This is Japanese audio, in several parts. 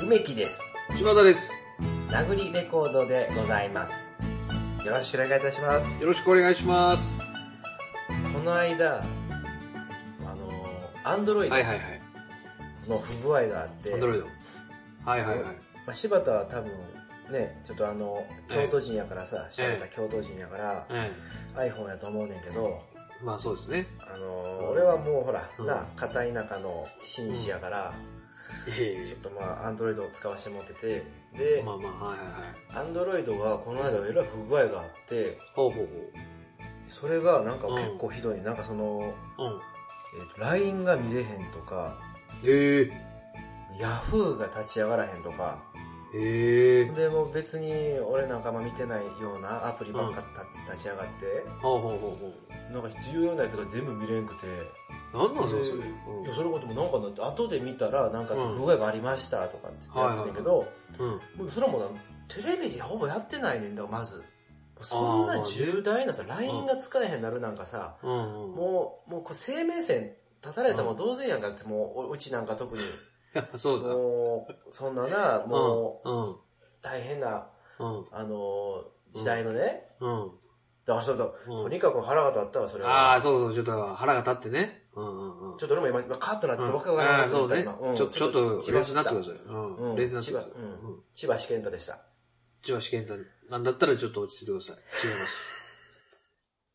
梅木です。島田です。殴りレコードでございます。よろしくお願いいたします。よろしくお願いします。この間、あの、アンドロイはいはいはい。ドの不具合があって、アンドロイド。はいはいはい。まあ、柴田は多分、ね、ちょっとあの、ええ京都人やからさ、柴田え京都人やから、え iPhone やと思うねんけど、え。まあそうですね。あの、俺はもうほら、うんな、片田舎の紳士やから、いえいちょっとまあ、アンドロイドを使わせてもらってて、でま、あまあ、はいはいはい。アンドロイドがこの間えらい不具合があって、ほうほうそれがなんかうん結構ひどい、なんかその、ほう。うん。えーと LINE が見れへんとか、ええ Yahoo が立ち上がらへんとか、ええでも別に俺なんかあんま見てないようなアプリばっかた立ち上がって、ほうほうほうほなんか重要なやつが全部見れんくて、う。なんなんすかえそれ。うんいや、それこそもなんかなって、後で見たらなんかその不具合がありましたとかって言ってたんだけど、うん。もうそれもなテレビでほぼやってないねんだまず。そんな重大なさ、LINE が使えへんなるなんかさ、うんうん。もう、もうこう生命線立たれたも同然やんかって、もうお、うちなんか特に。そうだ。うん。もう、そんなな、もうん。う、大変な、うん。あのー、時代のね。うん。だから、そうだ、とうんに。かく腹が立ったわ、それあは。あ、そうそう、ちょっと腹が立ってね。うんうんうん。ちょっと俺も今、今カッとなって、若があなあ、くそうなねった、。ちょちょっと、千冷葉静になってくだささい。う。うんん冷静になってくださ千い。葉うんうん。千葉試験とでした。千葉試験団なんだったらちょっと落ち着いてください。違います。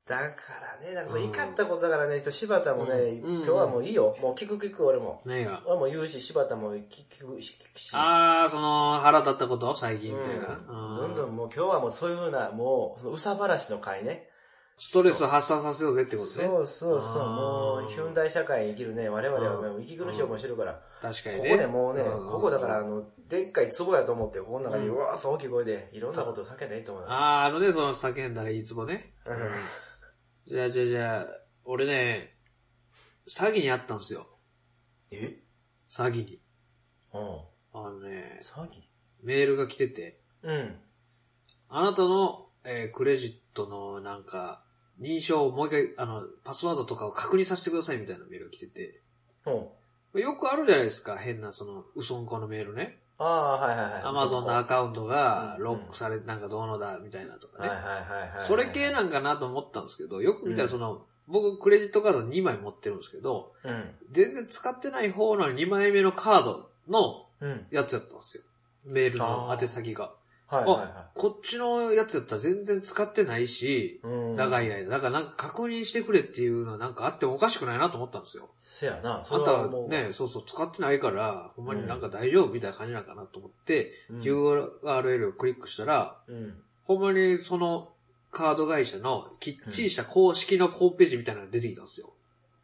だからね、だからそううん怒ったことだからね、ちょっと柴田もね、うん今日はもういいよ。もう聞く聞く、俺も。何が俺も言うし、柴田も聞く、聞くし。聞くしあー、その、腹立ったこと最近みたいな。うんうどんんどんもう今日はもうそういうふうな、もう、そのうさばらしの会ね。ストレスを発散させようぜってことね。そうそうそう、あーもう、ヒュンダイ社会に生きるね、我々はうんもう息苦しい思いしてるから、確かこにこね。でもうね、うんここだから、あ。の、でっかい壺やと思って、ここの中にうんうわーっと大きい声で、いろんなことを避けたらいいと思うよ。あー、あのね、その、叫んだらいいつもね。うんじゃあじゃあじゃあ、俺ね、詐欺にあったんですよ。え詐欺に。うん。あのね、詐欺メールが来てて、うん。あなたの、えークレジットのなんか、認証をもう一回、あの、パスワードとかを確認させてくださいみたいなメールが来てて。うん。よくあるじゃないですか、変なその、嘘んこのメールね。ああ、はいはいはい。アマゾンのアカウントがうんロックされてなんかどうのだみたいなとかはいねはい。はいはい。それ系なんかなと思ったんですけど、よく見たらその、僕クレジットカード2枚持ってるんですけど、うん。全然使ってない方の2枚目のカードのうん。やつやったんですよ。メールの宛先が。はいはいはこっちのやつやったら全然使ってないし、い。うん。長い。間。だからなんか確認してくれっていうのはなんかあってもおかしくないなと思ったんですよ。せやな、あんたはもう、ね、そうそう使ってないから、ほんまになんか大丈夫みたいな感じなんかなと思って、うん。 URL をクリックしたら、うん。ほんまにそのカード会社のきっちりした公式のホームページみたいなのが出てきたんですよ。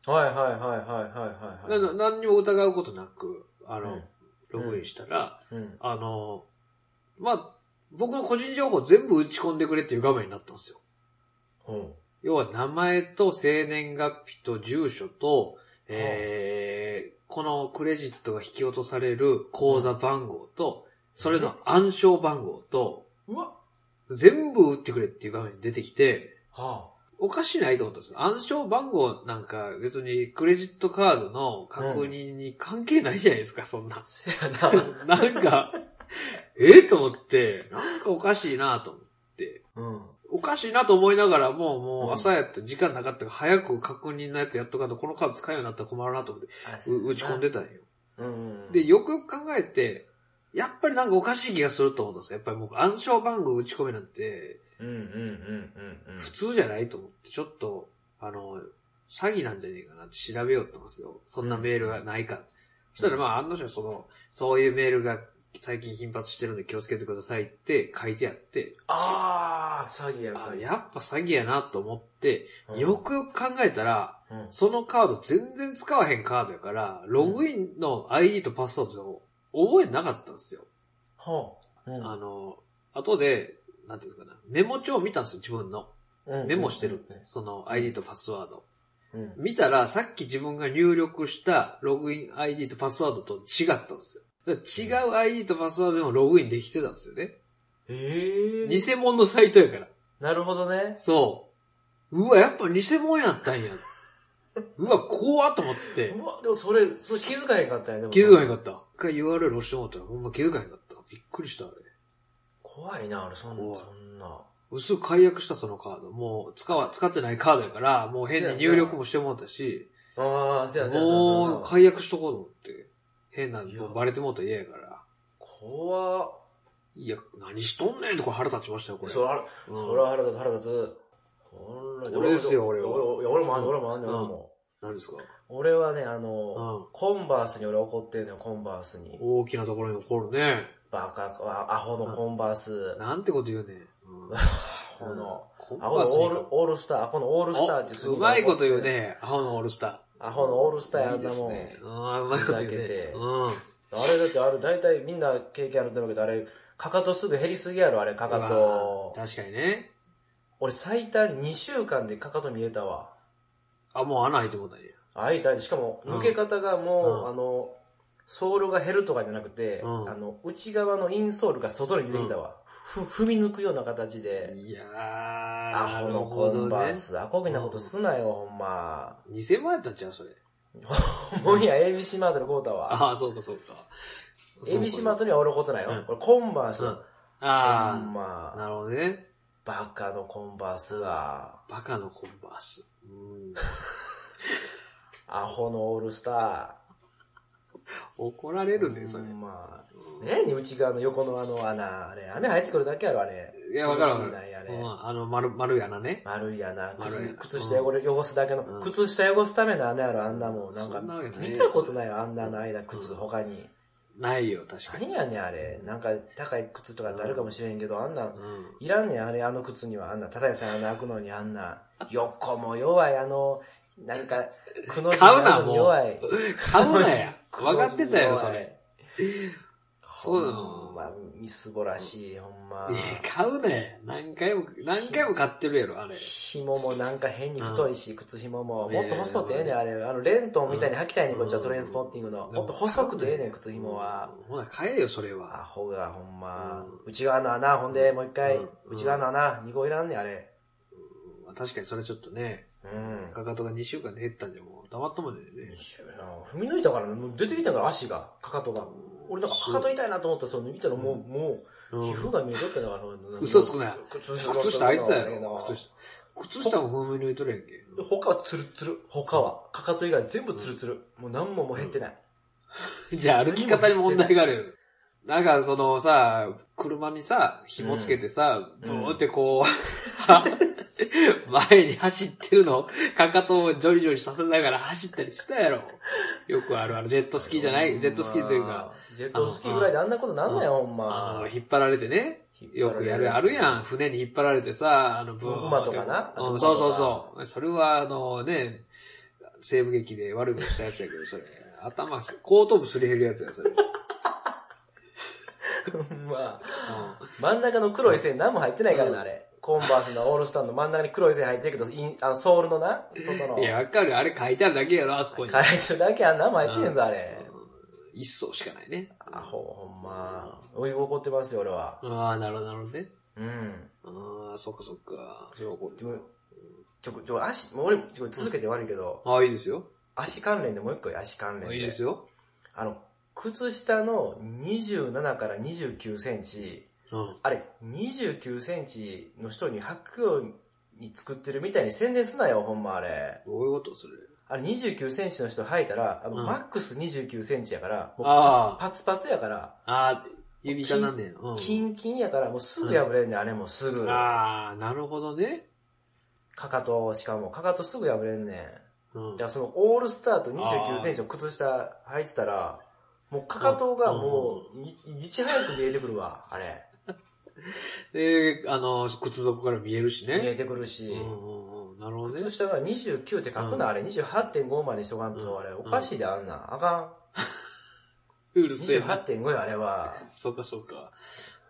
はいはいはいはいはいはい。なな何にも疑うことなく、あの、うんログインしたら、うん。あの、まあ、僕の個人情報全部打ち込んでくれっていう画面になったんですよ。うん。要は名前と生年月日と住所と、えーこのクレジットが引き落とされる口座番号と、それの暗証番号と、うわ全部打ってくれっていう画面に出てきて、はおかしないと思ったんですよ。暗証番号なんか別にクレジットカードの確認に関係ないじゃないですか、そんな あ。。せやな。なんか、ええと思って、なんかおかしいなと思って。うん。おかしいなと思いながらも、もううん朝やって時間なかったから早く確認のやつやっとかんとこのカード使うようになったら困るなと思って、う打ち込んでたんよ。うん。で、、よくよく考えて、やっぱりなんかおかしい気がすると思ったんですよ。やっぱり僕暗証番号打ち込めなんて、うんうんうんうんうん。普通じゃないと思って、ちょっと、あの、詐欺なんじゃねえかなって調べようってますよ。そんなメールがないか。そしたらまあ、案の定その、そういうメールが最近頻発してるんで気をつけてくださいって書いてあって、ああ、詐欺やあん。やっぱ詐欺やなと思って、うんよ、くよく考えたら、うんそのカード全然使わへんカードやから、ログインの ID とパスワードを覚えてなかったんですよ。ほう。うんあの、後で、なんていうのかな、メモ帳を見たんですよ、自分の。うんメモしてる。その ID とパスワード。うん。見たら、さっき自分が入力したログイン ID とパスワードと違ったんですよ。だから違う ID とパスワードでもログインできてたんですよね。ええ偽物のサイトやから。なるほどね。そう。うわ、やっぱ偽物やったんや。うわ、怖っと思って。うわ、でもそれ、それ気づかへんかったんやね。でも気づかへんかった。回 URL 押してもらったらほんま気づかへんかった。びっくりした、あれ。怖いな、あれ、そん怖いそんな。薄く解約したそのカード。もう使わ、使ってないカードやから、もう変に入力もしてもらったし、ああ、そうやね。もううん解約しとこうと思って。変な、いやもうバレてもらったら嫌やから。怖っ。いや、何しとんねんとか腹立ちましたよ、これ。そら、うんそら腹立つ、腹立つ。ほんら俺ですよ俺は俺いや俺もあんねん、うん俺もあんねん、うん俺も。何ですか俺はね、あうの、ん。コンバースに俺怒ってんのよ、コンバースに。大きなところに怒るね。バカ、あアホのコンバース。アなんてこと言うねん。うんホの。コンアパホスのオにールオールスター、アホのオールスターっておうまいこと言う。ね。アホのオールスター。アホのオールスターやいいんでなすもん。ね。うん、うまいこと言ふうざけねて。うん。あれだってあれ、大体みんな経験あるんだろうけど、あれ、かかとすぐ減りすぎやろ、あれ、かかうわと。確かにね。俺最短2週間でかかと見えたわ。あ、もう穴開いてもうたんや。あいたい。しかも、抜け方がもう、うんあの、ソールが減るとかじゃなくて、うんあの、内側のインソールが外に出てきたわ。ふ、踏み抜くような形で。いやー、なアホるのほコンどバねー。ス。アコギなことすなよ、ほんま。 2000万やったんちゃうそれ。もんや、ABC マートで買うたわ。ああ、そうかそうか。 ABC マートには俺ことないよ。うん俺コンバース。うほんんああ、ま。なるほどね。バカのコンバースは、バカのコンバース。うんアホのオールスタ怒られー。るね、それほ。んま。ねに内側の横のあの穴、あれ、雨入ってくるだけやろ、あれ。いや、わかるわか涼しるいないあれ。うんあの、丸、丸やなね。丸いやな。丸い靴や靴下汚れ、汚すだけの、うん靴下汚すための穴やろ、あんなもん。なんそかん、なわけない。見たことないよ、あんなの間、靴、他に。ないよ、確かに。何やねん、あれ。なんか、高い靴とかってあるかもしれへんけど、あんな、うん。いらんねん、あれ、あの靴には、あんな、ただでさえあの開くのに、あんな、横も弱い、あの、なんか、くの字に買うなあるのに弱い。買うな や。分かってたよ、くの字に弱そいれ。。そうだなほんま、みすぼらしい、ほんまい。や買うなや。何回も、何回も買ってるやろ、あれ。紐もなんか変に太いし、靴紐も。いやもっと細くてええねん、あれ。あの、レントンみたいに履きたいねん、こっちはトレインスポッティングの。もっと細くてええねん、靴紐は。うん。ほな、買えよ、それアは。ホがほんまうん。内側の穴、ほんで、もう一回うん。内側の穴、二個いらんねん、あれ。うん確かにそれちょっとね、うん。かかとが2週間で減ったんじゃもう、黙っともんねんね。踏み抜いたからな、もう出てきたから足が、かかとが。俺なんかかかと痛いなと思ったら、その見たらもう、もう、うん皮膚が見えとったのが、その嘘つくな。靴靴下開いてたやろ、靴下。靴下も風味抜いとるやんけ。他はツルツル。他は。かかと以外全部ツルツル。もう何ももう減ってない。 じゃあ歩き方に問題があるよ。なんかそのさ、車にさ、紐つけてさ、うんブーってこう、 前に走ってるの、かかとをジョリジョリさせながら走ったりしたやろ。よくあるある、ジェットスキーじゃない、ジェットスキーというか、。ジェットスキーぐらいであんなことなんなよ、ほんあまの、。引っ張られてね、よくやる、あるやん。船に引っ張られてさ、あの、ブーンって馬とかなうん馬とかそうそうそう。それは、あのね、西部劇で悪くしたやつやけど、それ。頭、後頭部すり減るやつや、それ。うん ほんま。真ん中の黒い線何も入ってないからな、あれ。コンバースのオールスターの真ん中に黒い線入ってるけど、インあのソールのな、外の。いや、わかる。あれ書いてあるだけやろ、あそこに。変えてるだけあんなもん入ってへんぞ、あれ。うん一層しかないね。アホ、ほんま。おい、怒ってますよ、俺は。ああ、なるほど、なるほどね。うん。ああ、そっかそっか。それは怒でるも、ちょ、ちょ、足、もう俺、ちょ、続けて悪いけど、ああ、いいですよ。足関連でもう一個足関連あで。いいですよ。あの、靴下の27から29センチ、うん。あれ、29センチの人に履くように作ってるみたいに宣伝すなよ、ほんまあれ。どういうことそれ。あれ29センチの人履いたら、あの、うんマックス29センチやから、もうあーパツパツやから、ああ、指痛なんねん。うん。キンキンやから、もうすぐ破れんねん、あれもすぐ。ああ、なるほどね。かかと、しかも、かかとすぐ破れんねん。うんだか。らその、オールスターと29センチの靴下履いてたら、もうかかとがもう、いいち早く見えてくるわ、あれ。で、あの、靴底から見えるし見えね。てくるしうん。うんうん。なるほどね靴。下が29って書くな、あれ。28.5までしとかんうんと、あれ。おかしいで、あんなん。あかん。うるせえな。 28.5よ、あれは。そうかそうか。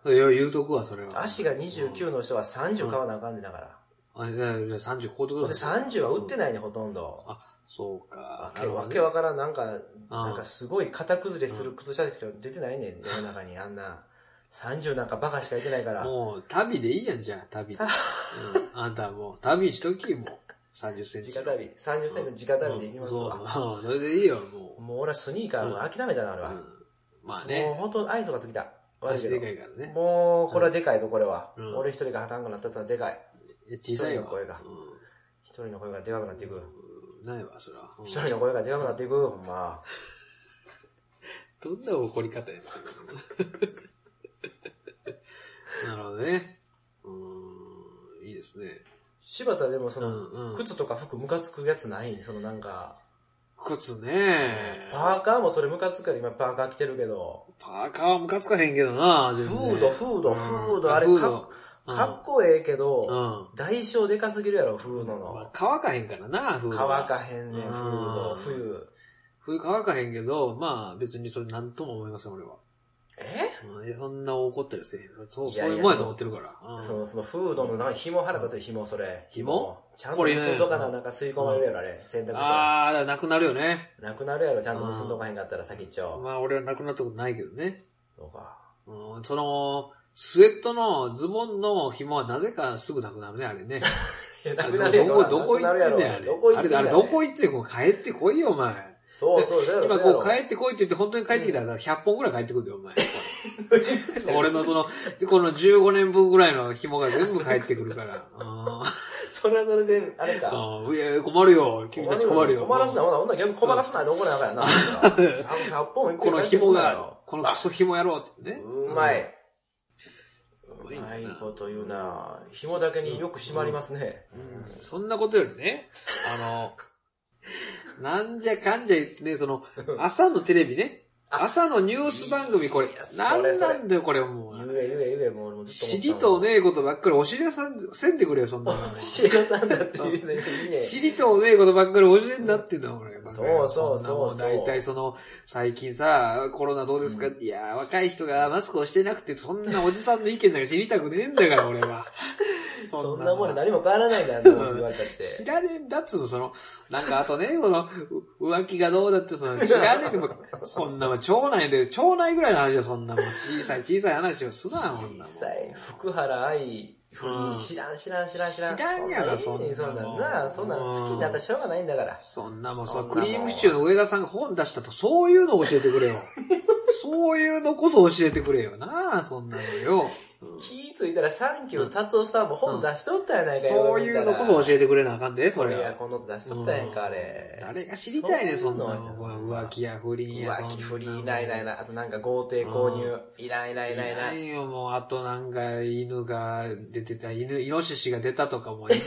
いや、言うとこは、それは。足が29の人は30買わなあかんねんだから。あ、じゃあ、じゃあ30買うてくで、ださい。 30は売ってないね、ほとんど。そうかわ。なけるほわどけねわからん、なんか、なんかすごい型崩れする靴下しか出てないねん、世の中にあんな。30なんかバカしかいてないから。もう、旅でいいやん、じゃあ、旅で。うん、あんたはもう、旅しとき、もう。30センチ。直旅。30歳の直旅で行きますわ。うんそう、うんそれでいいよ、ももう俺はスニーカーも諦めたな、俺う。は。うんまあもうね。本当愛想が尽きた。悪い足けでどかいからね。もう、これはでかいぞ、これは。うん俺一人があかんくなったってのはでかい。いや小さい一人わ。の声がう一人の声がでかくなっていく。ん。ないわ、そら。うん一人の声がでかくなっていく、ほんま。どん な怒り方やったのなるほどね。うーん、いいですね。柴田でもうその、んうん。靴とか服ムカつくやつないそのなんか、靴ねパーカーもそれムカつくから今パーカー着てるけど、パーカーはムカつかへんけどな全然フードフードうんフードあれフーかドかっこええけうど、ん。うん代償でかすぎるやろ、フードまあの。乾かへんからな、フードは。乾かへんねん、フード、うん冬。冬乾かへんけど、まあ別にそれなんとも思いません、俺 は。えうんえそんな怒ったりはせえへん。そそう、いそやいうやいうもんやと思ってるから。うんその、そのフードのなんか紐腹立つよ紐それ。紐ちゃんとこれね結んどかな、なんか吸い込まれるやろ、あれ。洗濯したら。あー、だからなくなるよね。なくなるやろ、ちゃんと結んどかへんかったら先っちょ。まあ俺はなくなったことないけどね。そうか。うん、その、スウェットのズボンの紐はなぜかすぐなくなるね、あれね。いや、なあくれなるやどろ。こ、どこな行くっなてるんやろだよ、あれ。どこ行っあてれんだだ、よあれどこ行ってんの帰ってこいよ、お前。そうそう、そうやろ。今そうやろこう帰ってこいって言って本当に帰ってきたら100本ぐらい帰ってくるよ、お 前。 俺のその、この15年分ぐらいの紐が全部帰ってくるから。うそれはそれで、あれか。んうん。いや、困るよ。君たち困るよ。困らすな、ほな、ほな、逆に困らすな、どこなあかん やな。あの100本この紐が、このクソ紐やろうってね。うまい。ううまいなまいこと言うな紐だけによく締まりますね。うん。そんなことよりね、あの、なんじゃかんじゃ言ってね、その、朝のテレビね。あ朝のニュース番組これいや。そなんれそれなんだよ、これも言う。え言え言え、もう俺もずっと思ったもん。尻とおねえことばっかり、お尻さん、せんでくれよ、そんなの。シエさんだって言うね、いいね。知りとうねえことばっかり教えんなってんだ、俺。そうそうそうそんなもん大体その、最近さ、コロナどうですかって、いやー、若い人がマスクをしてなくて、そんなおじさんの意見なんか知りたくねえんだから、俺は。 そんなもんでな何も変わらないんだよ、って言われたっ知て。らねえんだっつうの、その、なんかあとね、その、う浮気がどうだって、その、知らねえ もんそんなもん、町内で、町内ぐらいの話だ、そんなもん。小さい小さい話をすな、ほんなもん小さい、福原愛、不うん倫、知らん知らん知らん知らん。知らんやろそんなんいいねんそそんんななんもんな、そんなん好きになったらしょうがないんだから。そんなもん、そんなそもんのクリームシチューの上田さんが本出したと、そういうの教えてく れよ。そういうのこそ教えてくれよなそんなのよ。うん気付いたらサンキュー達夫さんも本出しとったやないかそういうのこそ教ええてくれなあかんで、こそれれやは。この出しとったやんか、あうれん。誰が知りたいね、そんなそういうの。の浮気や不倫や。浮気不倫いなないいないい。ない。あとなんか豪邸購入。いないいないいないいない。よ、もう、あとなんか、犬が出てた、犬、イノシシが出たとかも、言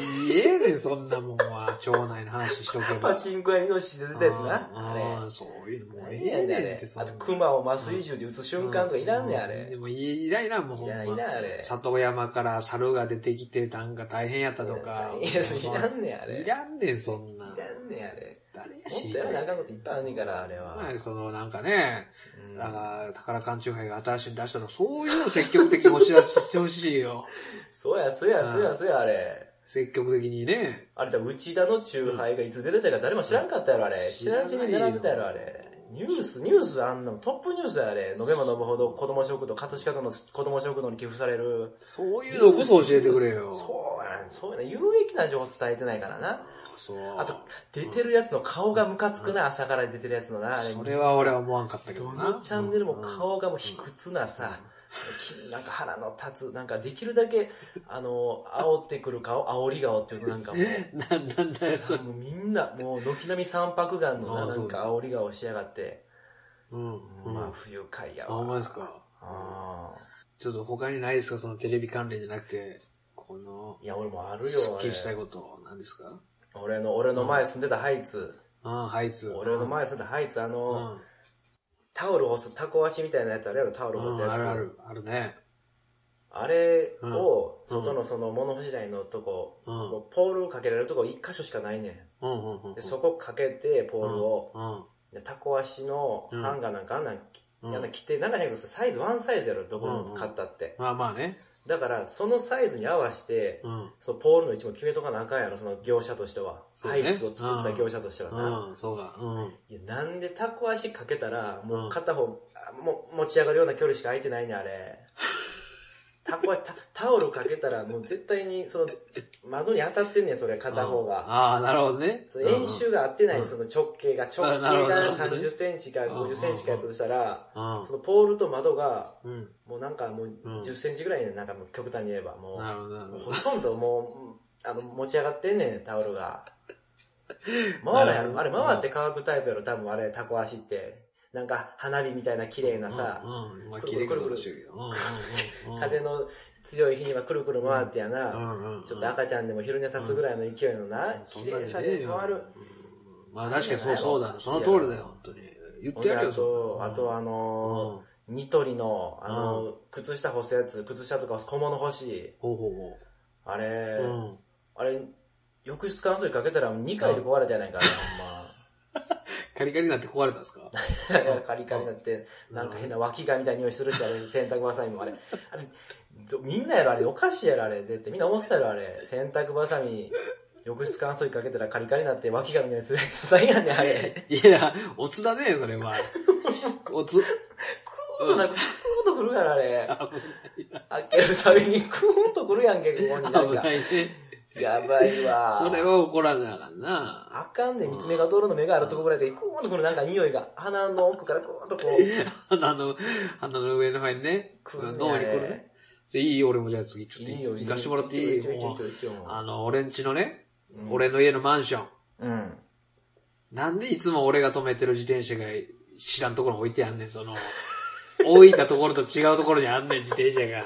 え ねん、そんなもんは、町内の話しとけば。パチンコ屋にのし出てたやつな。あれ。うんうんそういうのもうえいえやいやねあんっれて、そんあなと、熊を麻酔銃で撃つ瞬間とかいらんねん、あうでれ。もいいらんいらんもうほいんらま。ん、いらん、あれ。里山から猿が出てきて、なんか大変やったとか。いやいらんねん、あれ。いらんねん、そんな。いらんねん、あれ。誰がもっ知とりやたらなあいかんこといっぱいあんねんから、あれは。その、なんかね、うんなんか、宝缶中杯が新しいの出したとか、そういうのを積極的にお知らせしてほしいよ。そうや、そうや、そうや、そうや、あれ。積極的にね。あれだ、内田の中杯がいつ出てたか誰も知らんかったやろ、あれ。知知ららんうないちよに並んでたやろ、あれ。ニュース、ニュースあんなのトップニュースやあれ。飲めば飲むほど子供食堂、葛飾区の子供食堂に寄付される。そういうのこそ教えてくれよ。そうやん、そうやん。有益な情報伝えてないからな。そう。あと、出てるやつの顔がムカつくな、朝から出てるやつのな。あれそれは俺は思わんかったけどどな。のチャンネルも顔がもう卑屈なさ、きなんか腹の立つ、なんかできるだけ、あの、煽ってくる顔、煽り顔っていうのなんかもう、うん。な、なんだ よ、さそれ。もうみんな、もう軒並み三白眼のあななあんか煽り顔しやがって、うん。うんまあ不愉快やあ、わ。ほんまですか。ああちょっと他にないですかそのテレビ関連じゃなくて、この、いや、俺もあるよ。スッキリしたいあれこと、何ですか俺の、俺の前住んでたハイツ。うん、ハイツ。俺の前住んでたハイツ、あうの、ん。タオル干す、タコ足みたいなやつあるやろ、タオル干すうやん、つ。あるある、あるね。あれを、うん外のその物干し台のとこ、うん。うんもうポールかけられるとこ一箇所しかないねうん、うん。ん。で、そこかけて、ポールを、うでタコ足のハンガーなんかあんなん、ん。うあんなんん。着て、なんか変なことサイズ、ワンサイズやろ、どこの買ったって。まあまあね。だから、そのサイズに合わせて、うん。そのポールの位置も決めとかなあかんやろ、その業者としては。そうハねイツを作った業者としてはな。うん、そうだ。うん。いやなんでタコ足かけたら、もううん 片方、あもう持ち上がるような距離しか空いてないねん、あれ。タコ足タタオルかけたらもう絶対にその窓に当たってんねん、それ片方が。ああ、なるほどね。その演習が合ってない、うんその直径が、直径なるほどが30センチか50センチかやったとしたら、うん。そのポールと窓が、うん。もうなんかもううん10センチぐらいね、なんかもう極端に言えば、もう、なるほど、なるもうほほど。とんどもう、あの、持ち上がってんねん、タオルが。 回らへなるほん。どあれ、回って乾くタイプやろ、多分あれ、タコ足って。なんか、花火みたいな綺麗なさ、うん、うん。まあ、く綺る麗くかるくるもしれんけ ど。うんうんうん風の強い日にはくるくる回ってやな、うんうんうんちょっと赤ちゃんでも昼寝さすぐらいの勢いのな、そん綺なにね麗さで変わる。。うんまあ確かにそうそうだな。その通りだよ、本当に。言っほんてでやるあよ、と、あとあうん、のーほうニトリの、あの、靴下干すやつ、靴下とか小物干し、ほうほあれう。、うん。あれ、浴室乾燥機かけたら2回で壊れたやないかな、カリカリになって壊れたんですかほん ま。カリカリになって、 なんか変な脇がみたいな匂いするってあれ、洗濯バサミもあれ。 あれ、どみんなやろあれ、おかしいやろあれ、絶対。みんな思ってたやろあれ。洗濯バサミ、浴室乾燥機かけたらカリカリになって脇がの匂いす るやつ、なんやねんあれ。いや、おつだね、それは。おつ。クーンとなんか、クーンとくるからあれ。開けるたびにクーンとくるやんけ、ここに危なんかな。いね。やばいわ。それは怒らなあかんな。 あかんねん、見つめが通るの目があるとこぐらいで、クーンとこのなんか匂いが、鼻の奥からクーンとこう、鼻の、鼻の上の辺ね。来るん脳やに来るねね。でいい俺もじゃあ次、ちょっといいよ、行かしてもらっていいちょいちょいもちうょいちょいちょいあの、俺んちのね、うん俺の家のマンション。うん。なんでいつも俺が止めてる自転車が知らんところに置いてあんねん、その、置いたところと違うところにあんねん、自転車が。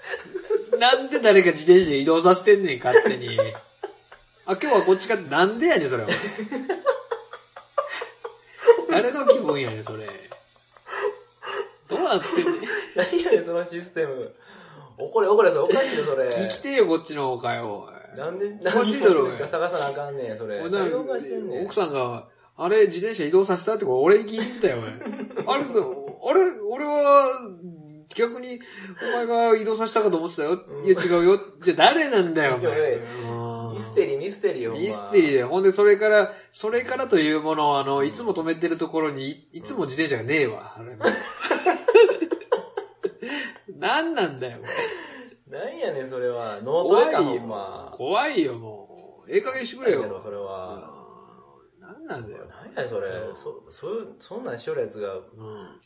なんで誰か自転車移動させてんねん、勝手に。あ、今日はこっちかって、なんでやねん、それは。誰の気分やねん、それ。どうなってんねん。何やねん、そのシステム。怒れ怒れ、それおかしいよ、それ。聞きてよ、こっちの方かよ。おいなんで、おなかんしでいだろこっちのしか探さなあかんねん、それ。おい誰がおかしてんねん奥。さんが、あれ、自転車移動させたってこれ俺に聞いてたよ、 おいあれ、そうあれ、俺は、逆に、お前が移動させたかと思ってたよ。うんいや、違うよ。じゃあ誰なんだよ、おいやいや前。ミステリリー、ミステリーよ、ほんまミステリーだよ。ほんで、それから、それからというものを、あの、うんいつも止めてるところに、いいつも自転車がねえわ。あれ何なんだよ、これ何やねん、それは。脳ト怖レいか、ほんよま。。怖いよ、もう。ええ加減してくれ何やよろ、。それは。何なんだよ。何やねん、それ。そ、そう、そんなんしよるやつが、うん。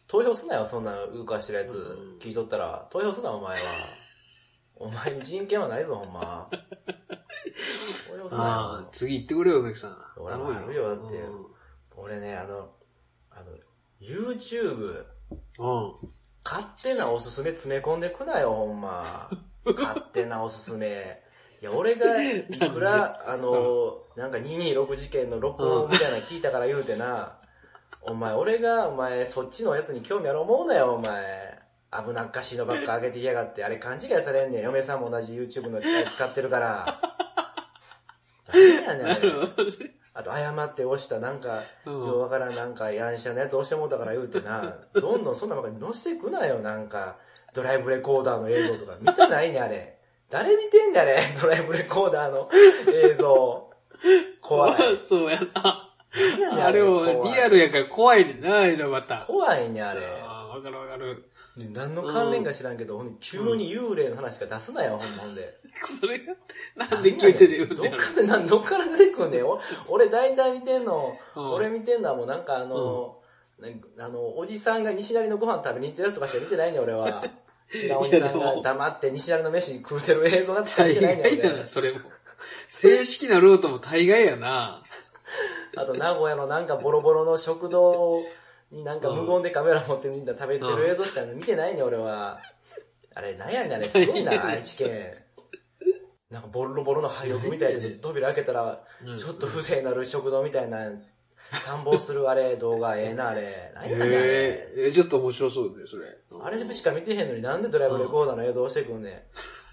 投票すなよ、そんな動かしてるやうつん。聞いとったら。投票すな、お前は。 お前に人権はないぞ、ほん ま。投票すなああよ、。次行ってくれよ、梅木さん。俺も頼むやるよだってうん。俺ね、あの、あの、YouTube、うん。勝手なおすすめ詰め込んでくなよ、ほんま。勝手なおすすめ。いや、俺が、いくら、あの、なんか226事件の録音みたいなの聞いたから言うてな、お前、俺が、お前、そっちのやつに興味ある思うなよ、お前。危なっかしいのばっか上げてきやがって、あれ勘違いされんねん。嫁さんも同じ YouTube の機械使ってるから。何やねんあれ。あと、謝って押した、なんか、うんようわからんなんか、やんしゃなやつ押してもうたから言うて な、どんどんそんなばっかり載せてくなよ、なんか、ドライブレコーダーの映像とか。見てないね、あれ。誰見てんだ、あれ。ドライブレコーダーの映像。怖い。そうやな。何やねんあれを、怖いリアルやから怖いねんな、あれまた。怖いね、あれ。ああ、わかるわかる。で何の関連か知らんけど、ほんで急に幽霊の話が出すなよ、ほんまほんで。それが、なん で急に出てくるんどだっよ。かでな、どっから出てくんねん。お俺大体見てんの、うん俺見てんのはもうなんかあの、なんかあの、おじさんが西成のご飯食べに行ってるやつとかしか見てないねん、俺 は。知らんおじさんいやでがも黙って西成の飯食うてる映像なんてしか見大てないねん概や俺な、。それも。正式なルートも大概やな。あと名古屋のなんかボロボロの食堂になんか無言でカメラ持ってみんな食べてる映像しか見てないねん、俺は。あれ、なんやねん、あれ、す ごいな、愛知県。なんかボロボロの廃屋みたいで扉開けたら、ちょっと風情のある食堂みたいな、探訪するあれ、動画、ええな、あれ。何やねんあれ。ええ、ちょっと面白そうね、それ。あれしか見てへんのになんでドライブレコーダーの映像押してくんねん。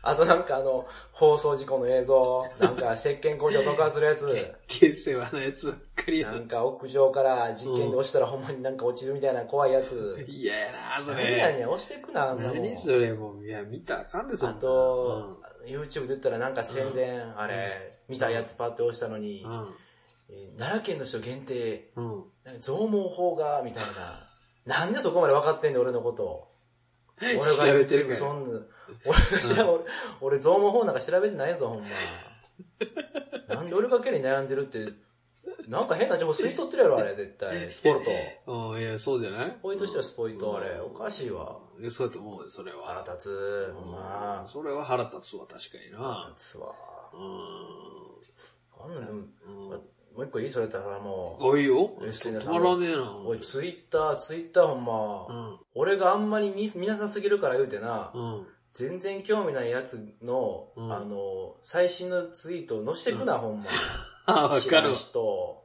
あとなんかあの、放送事故の映像、なんか石鹸工場爆破するや つ、結成はなやつばっかりやな。なんか屋上から実験で押したらほんまになんか落ちるみたいな怖いやつ。嫌やな、そ何やれ。ねん、押してくな、あんなもん何。それ、もう、いや、見たらあかんで、そんあなと、、YouTube で言ったらなんか宣伝、あれ、見たやつパッて押したのにう、ん。えー奈良県の人限定、うん。うん なんか増毛法が、みたいな。なんでそこまで分かってんねん、俺のこと。俺が調べてるからそんな、俺が調べ、俺、俺、ゾウモ法なんか調べてないぞ、ほんま。なんで俺がけに悩んでるって、なんか変な情報吸い取ってるやろ、あれ、絶対。スポルト。うん、いや、そうじゃないスポイントしたらスポイント、あれ。おかしいわ。いやそうだと思うよ、それは。腹立つ。ほんまうんそれは腹立つわ、確かに腹な。立つわ。うあんなんでも、ん。うんもう一個いいそれやったらもう。おいよ。え止まらねえな。おい、ツイッター、ツイッターほんま、うん。俺があんまり見見なさすぎるから言うてな、うん。全然興味ないやつの、うんあの、最新のツイートを載せてくな、ほんま。あ、 わ知からるん。人。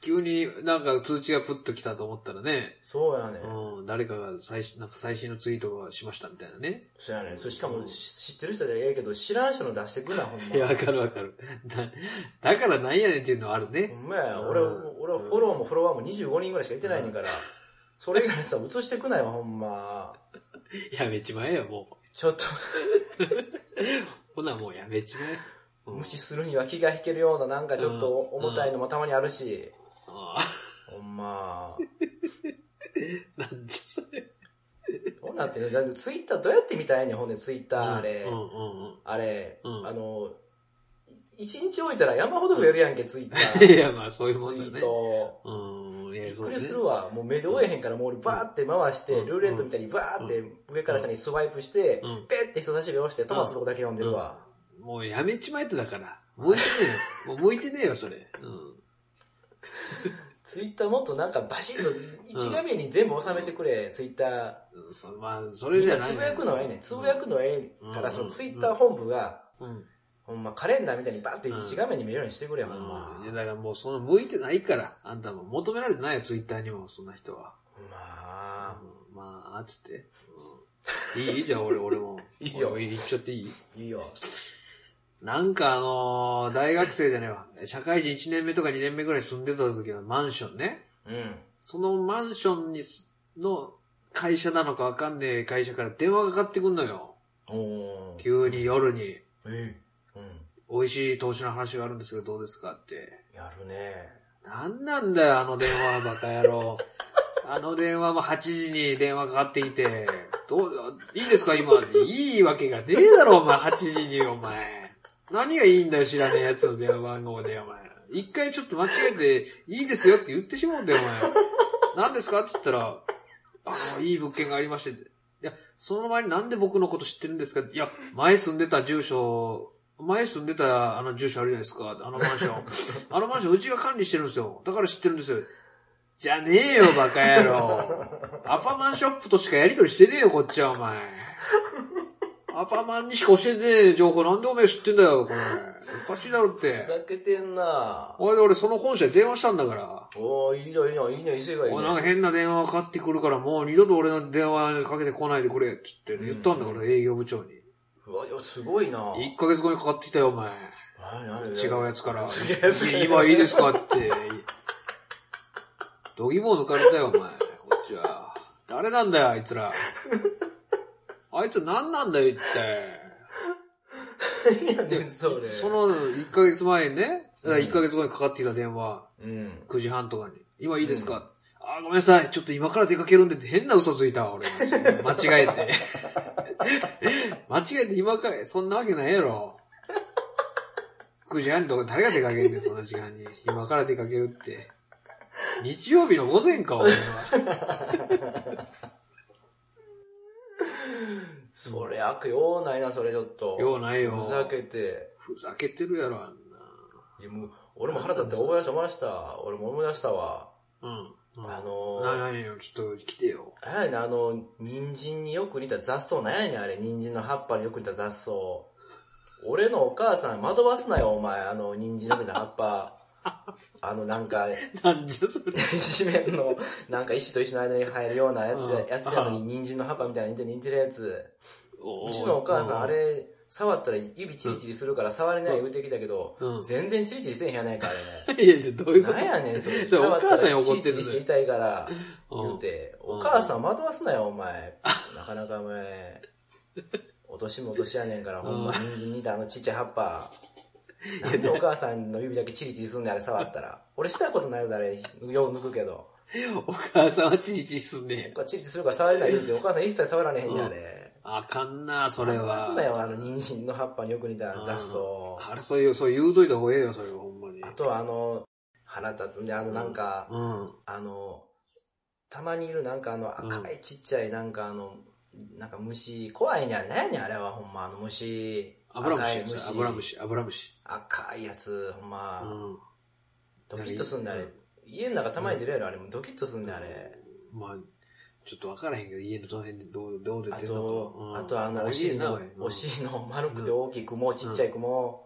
急になんか通知がプッと来たと思ったらね、そうやね。うん、誰かが最新、なんか最新のツイートがしましたみたいなね。そうやね。そしかうもんし知ってる人じゃええけど、知らん人の出してくな、ほんま。いや、わかるわかる。だ、だからなんやねんっていうのはあるほね。んまや。うん俺、俺はフォローもフォロワーも25人ぐらいしかいてないねんから、それ以外の人は映してくなよ、ほんま。やめちまえよ、もちょっと、う。ほな、もうやめちまえ。うん無視するには気が引けるような、なんかちょっとうん重たいのもたまにあるし。ああ、ほんま。 なんじゃそれ。どうなってんのだってツイッターどうやって見たいねん、ほんでツイッターあれ。うんうんうん。あれ、うんあの、い一日置いたら山ほど増えるやんけ、ツイッター。 いや、まあそういうもツイんだーね。ト。うん、いびや、っそうくねりするわ。もう目で追えへんから、もう俺バーって回して、うんルーレットみたいにバーって上から下にスワイプして、うんペッて人差し指押して、トマトのとこだけ読んでるわ。もうやめちまえってだから。向いてねえよ。もう向いてねえよ、それ。うん。ツイッターもっとなんかバシッと、一画面に全部収めてくれ、ツイッター。うんそまあ、そみれんじゃなない。つぶやくのはええねん。つぶやくのはええかうら、んそのツイッター本部が、うん。ほんまカレンダーみたいにバーって一画面に見えるようにしてくれ、ほんま。いやだからもうその向いてないから、あんたも求められてないよ、ツイッターにも、そんな人は。まあ、うんまあ、つって。うんいいじゃあ俺、俺も。 いいよ俺言っちゃっていいいいよ。なんかあのー大学生じゃねえわ。社会人1年目とか2年目ぐらい住んでた時のマンションね。うん。そのマンションにす、の会社なのかわかんねえ会社から電話がかかってくんのよ。おー。急に夜に、ええうん。美味しい投資の話があるんですけどどうですかって。やるね。なんなんだよ、あの電話、バカ野郎。あの電話も8時に電話かかってきて、どう、いいですか今。いいわけがねえだろ、お前、8時に、お前。何がいいんだよ、知らねえやつの電話番号で、お前。一回ちょっと間違えて、いいですよって言ってしまうんだよ、お前。何ですかって言ったら、あの、いい物件がありまして、いや、その前になんで僕のこと知ってるんですかいや、前住んでた住所、前住んでたあの住所あるじゃないですか、あのマンション。あのマンションうちが管理してるんですよ。だから知ってるんですよ。じゃねえよ、バカ野郎。アパマンショップとしかやりとりしてねえよ、こっちは、お前。アパマンにしか教えてねえ情報なんでお前知ってんだよ、これ。おかしいだろっふて。ざけてんなおい、俺その本社に電話したんだから。おー、いいのいいのいいの伊勢がいいおいなんかね。変な電話かかってくるから、もう二度と俺の電話かけてこないでくれ、つって言ったんだかうら、ん営業部長に。うわ、いや、すごいな一ヶ月後にかかってきたよ、お前。なになに違うやつか違ら。うやつから今いいですかって。度肝を抜かれたよ、お前。こっちは。誰なんだよ、あいつら。あいつ何なんだよ、一体。いやねんそれ。そ、の1ヶ月前にね、だから1ヶ月後にかかってきた電話、うん。 9時半とかに。今いいですか、あーごめんなさい。ちょっと今から出かけるんでって変な嘘ついた わ、俺。間違えて。間違えて今から、そんなわけないやろ。9時半とか誰が出かけるんだよ、その時間に。今から出かけるって。日曜日の午前 か、俺は。それ悪用ないな、それちょっと。ようないよ。ふざけて。ふざけてるやろ、あんいや、もう、俺も腹立って思い出した思い出した。俺も思い出したわ。な。うん。うんあのな、ー、なによ、ちょっと来てよ。 あれやねんあの、人参によく似た雑草なんやねん、あれ。人参の葉っぱによく似た雑草。俺のお母さん惑わすなよ、お前。あの、人参によく似た葉っ ぱ。あの、なんか、なんじゃそれ。地面の、なんか石と石の間に入るようなやつうん、やつやのに人参の葉っぱみたいに似てる似てるやつ。ううちのお母さん、あ、れ、触ったら指チリチリするから触れない言うてきたけど、うん全然チリチリせえへんやないか、あいや、じゃあどういれうね。ことなんやねん、それ。それお母さんに怒ってるチんだよリチリして痛いから、うん言うて、うんお母さん惑わすなよ、お前。なかなかお前、落としも落としやねんから、ほんま人参似たあのちっちゃい葉っぱ。なんでお母さんの指だけチリチリすんねん、あれ触ったら。俺したことないぞ、あれ。よう抜くけど。お母さんはチリチリすんねチリチリするから触れない言うて、お母さん一切触られへんねん、あれ。あかんな、それあんまそうだは。よ、あの、人参の葉っぱによく似た雑草。あれ、そういう、そう言うといた方がええよ、それは、ほんまに。あとは、あの、腹立つんで、あの、なんか、うん。あの、たまにいる、なんかあの、うん赤いちっちゃい、なんかあの、なんか虫、怖いね、あれ。なんやねん、あれは、ほんま、あの虫。油赤い虫、油。虫、油虫。赤いやつ、ほんうま、ん。ドキッとすんだ、あうれん。家の中たまに出るやろ、あれ。もドキッとすんだ、あれ。まあ、ちょっとわからへんけど、家のどの辺でどう、どう出あてんのかとう、んあとあの、おおしい尻な、のおい、お尻の丸くて大きい雲、ちっちゃい雲、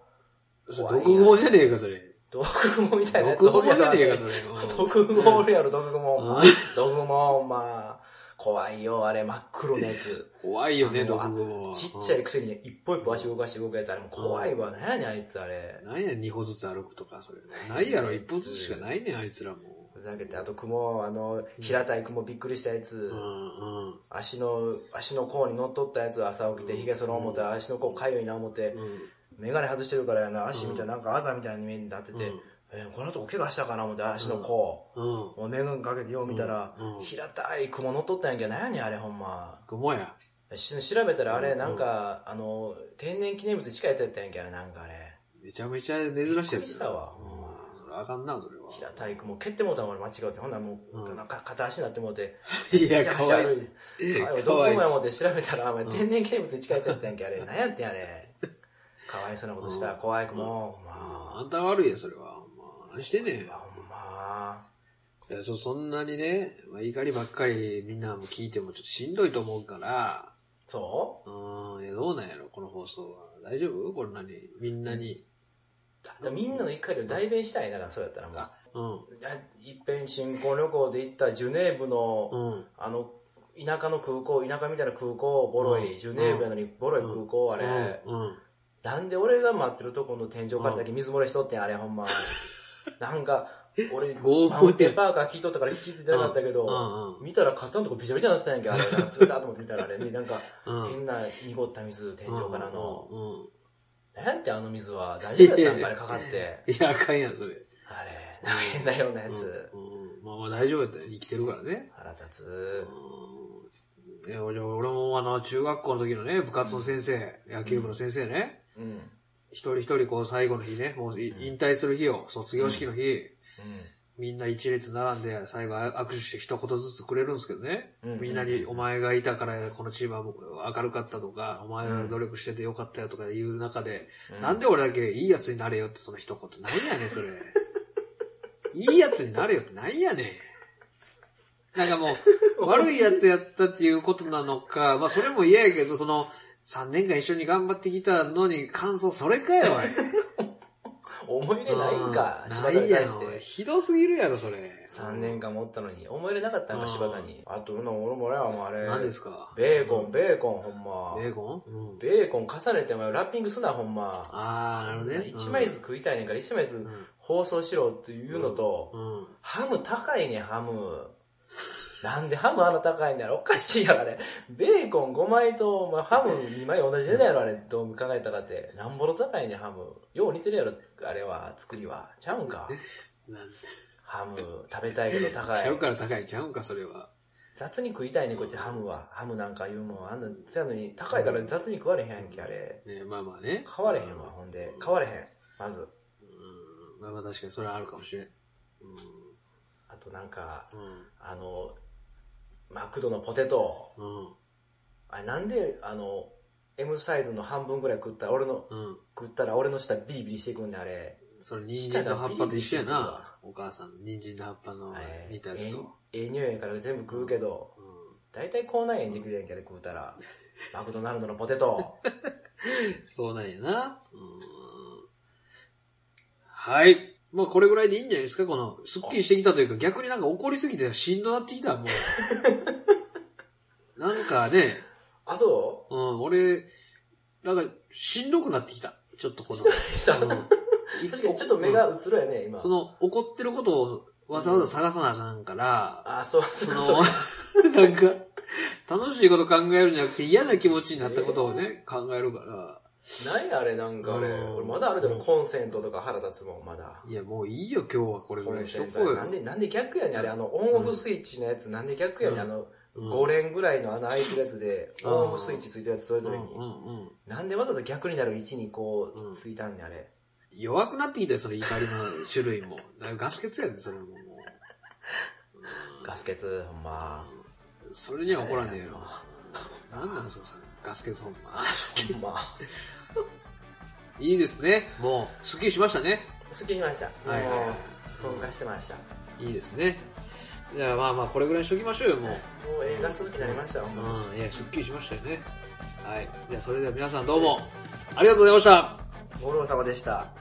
うんそれ毒蜘蛛じゃねえか、それ。毒雲みたいなやつ毒お蜘る蛛やろあじゃねえれか、それ。 うん毒蜘蛛おるやろ、毒蜘蛛。うん毒蜘蛛、まあ、怖いよ、あれ、真っ黒なやつ。怖いよあね、の毒蜘蛛は。ちっちゃいくせに一歩一歩足動かして動くやつ、あれも怖いわ。なんやねん、あいつ、あれうん。。なんや、二歩ずつ歩くとか、それ。ないやろ、一歩ずつしかないねん、あいつらも。ふざけて、あと雲、あの、平たい雲びっくりしたやつう、ん、うん。足の、足の甲に乗っとったやつ、朝起きて、うん髭剃ろう思って、足の甲かゆいな思って、メガネ外してるからやな、足みたいな、なんかあざみたいな目になってて、えーこのとこ怪我したかな思って、足の甲。うん、うん。もうメガネかけてよう見たら、うんうん平たい雲乗っとったんやけど、なんやねん、あれ、ほんま。雲や。し調べたらあれ、うんなんか、あの、天然記念物に近いやつやったんやけど、なんかあれ。めちゃめちゃ珍しいびっくやりつしだたわ。うんそれあかんな、それは。平たい雲、蹴ってもうたもん俺間違うて。ほんならもう、うんなんか片足になってもうて。いや、かわいそう。あれかどこわもいや思そって調べたら、お前うん天然記念物に近いやつやったんやんけ、あれ。なんやってんあ れ。かわいそうなことしたらうん怖い雲。う。まあ。あんた悪いよ、それは。ほんま何してんねん。ほんま。いやそそんなにね、まあ、怒りばっかりみんなも聞いてもちょっとしんどいと思うから、そうーん、いやどうなんやろ、この放送は。大丈夫こんなに、みんなに。うだからみんなの怒りを代弁したいなら、そうやったらもうあ。うん、いやいっぺん新婚旅行で行ったジュネーブの、うん、あの、田舎の空港、田舎みたいな空港、ボロうい、んジュネーブやのに、ボロい空港、あれ。うん、うん。なんで俺が待ってるとこの天井からだけ水漏れしとってん、あれ、ほんま。なんか、 俺、拷問マウンテンパーカー聞いとったから気づいてなかったけうど、ん、うん見たら肩のとこびちゃびちゃになってたんやんけ、あれ。 なんか冷たと思って見たらあれね、なんか、うん。変な濁った水、天井からの。うん。うんなんてあの水は、大丈夫やったんか、あれかか って。いや、あかんやん、それ。あれ、変なようなやつ。うんうんまあまあ大丈夫やったよ生きてるからね。腹立つ。うんいや俺俺もあの、中学校の時のね、部活の先生、野球部の先生ね、うん。うん。一人一人こう最後の日ね、もういうん引退する日を、卒業式の日、みんな一列並んで、最後握手して一言ずつくれるんですけどね。うんみんなに、お前がいたからこのチームは僕明るかったとか、お前が努力しててよかったよとかいう中で、うんなんで俺だけいいやつになれよってその一言。なんやねん、それ。いいやつになれよってなんやねん。なんかも う、悪いやつやったっていうことなのか、まあそれも嫌やけど、その、3年間一緒に頑張ってきたのに感想、それかよ、おい思い入れ ないんか、うん柴田ないにや対しろ。て。ひどすぎるやろ、それ。 3年間持ったのに、思い入れなかったんうか、ん柴田に。あと、うん、俺も俺はもうあれ。何ですかベーコン、ベーコン、ほんま。ベーコンうん。ベーコン重ねてお前ラッピングすな、ほんま。あー、なるほどね。 1枚ずつ食いたいねんから、1枚ずうん。つ包装しろっていうのと、うん。うんハム高いねん、ハム。なんでハムあんな高いんだろおかしいやろ、あれ。ベーコン5枚と、お前ハム2枚同じ値段やろ、あれ。どう考えたかって。なんぼの高いねん、ハム。よう似てるやろ、つあれは、作りは。ちゃうんか。なんちハム、食べたいけど高ゃうい。から高いちゃうんか、それは。雑に食いたいね、こっちハムは。ハムなんかいうもん、あんな、そやのに、高いから雑に食われへんやんけ、あれ。ねまあまあね。買われへんわ、ほんで。買われへん。まず。うん。まあまあ確かにそれはあるかもしれん。うあとなんか、ん。あの、マクドのポテト。うん。あれ、なんで、あの、M サイズの半分ぐらい食ったら、俺の、うん。うん。食ったら俺の下ビリビリしてくんねん、あれ。それ人参の葉っぱ舌がビリと一緒やビリしてな。お母さんの人参の葉っぱのあれ煮たやつと。ええええ匂いやから全部食うけど、う大体口内炎できるやんけ、あれ食うたら。マクドナルドのポテト。ん。そうなんやな。うん。はい。まあこれぐらいでいいんじゃないですかこの、スッキリしてきたというか、逆になんか怒りすぎてしんどなってきた、も う。なんかね、あ、そううん、俺、なんか、しんどくなってきた。 ちょっとこの。 確かうんにちょっと目がうつろやね、今。その、怒ってることをわざわざ探さなあかんから、あ、そう、そそういうことのか。、 なんか、楽しいこと考えるんじゃなくて嫌な気持ちになったことをね、考えるから、何やあれなんか、あれ俺まだあるけど、うんコンセントとか腹立つもん、まだ。いや、もういいよ、今日はこれぐコらいンにセしとンこトうなんよ。で、なんで逆やねんあれ、あの、オンオフスイッチのやつ、なんで逆やねんあの、うん5連ぐらいの穴開いてるやつで、うんオンオフスイッチついてるやつそれぞれに。うんうんうん。なんでわざと逆になる位置にこうう、んついたんねんあれ。弱くなってきたよ、その怒りの種類も。だいぶガス欠やで、それももう。うんガス欠、ほんま。それには怒らねえよ。えなんなんすか、それ。ガス欠そんな。ほんま。 いいですね。もう、スッキリしましたね。好きにました。はいはいはもう、噴火してました。い。いいですね。じゃあまあまあ、これぐらいにしときましょうよ、もう。もう映画好きになりました、ほんま。うん、いや、すっきりしましたよね。はい。じゃあ、それでは皆さんどうも、ありがとうございました。ご苦労様でした。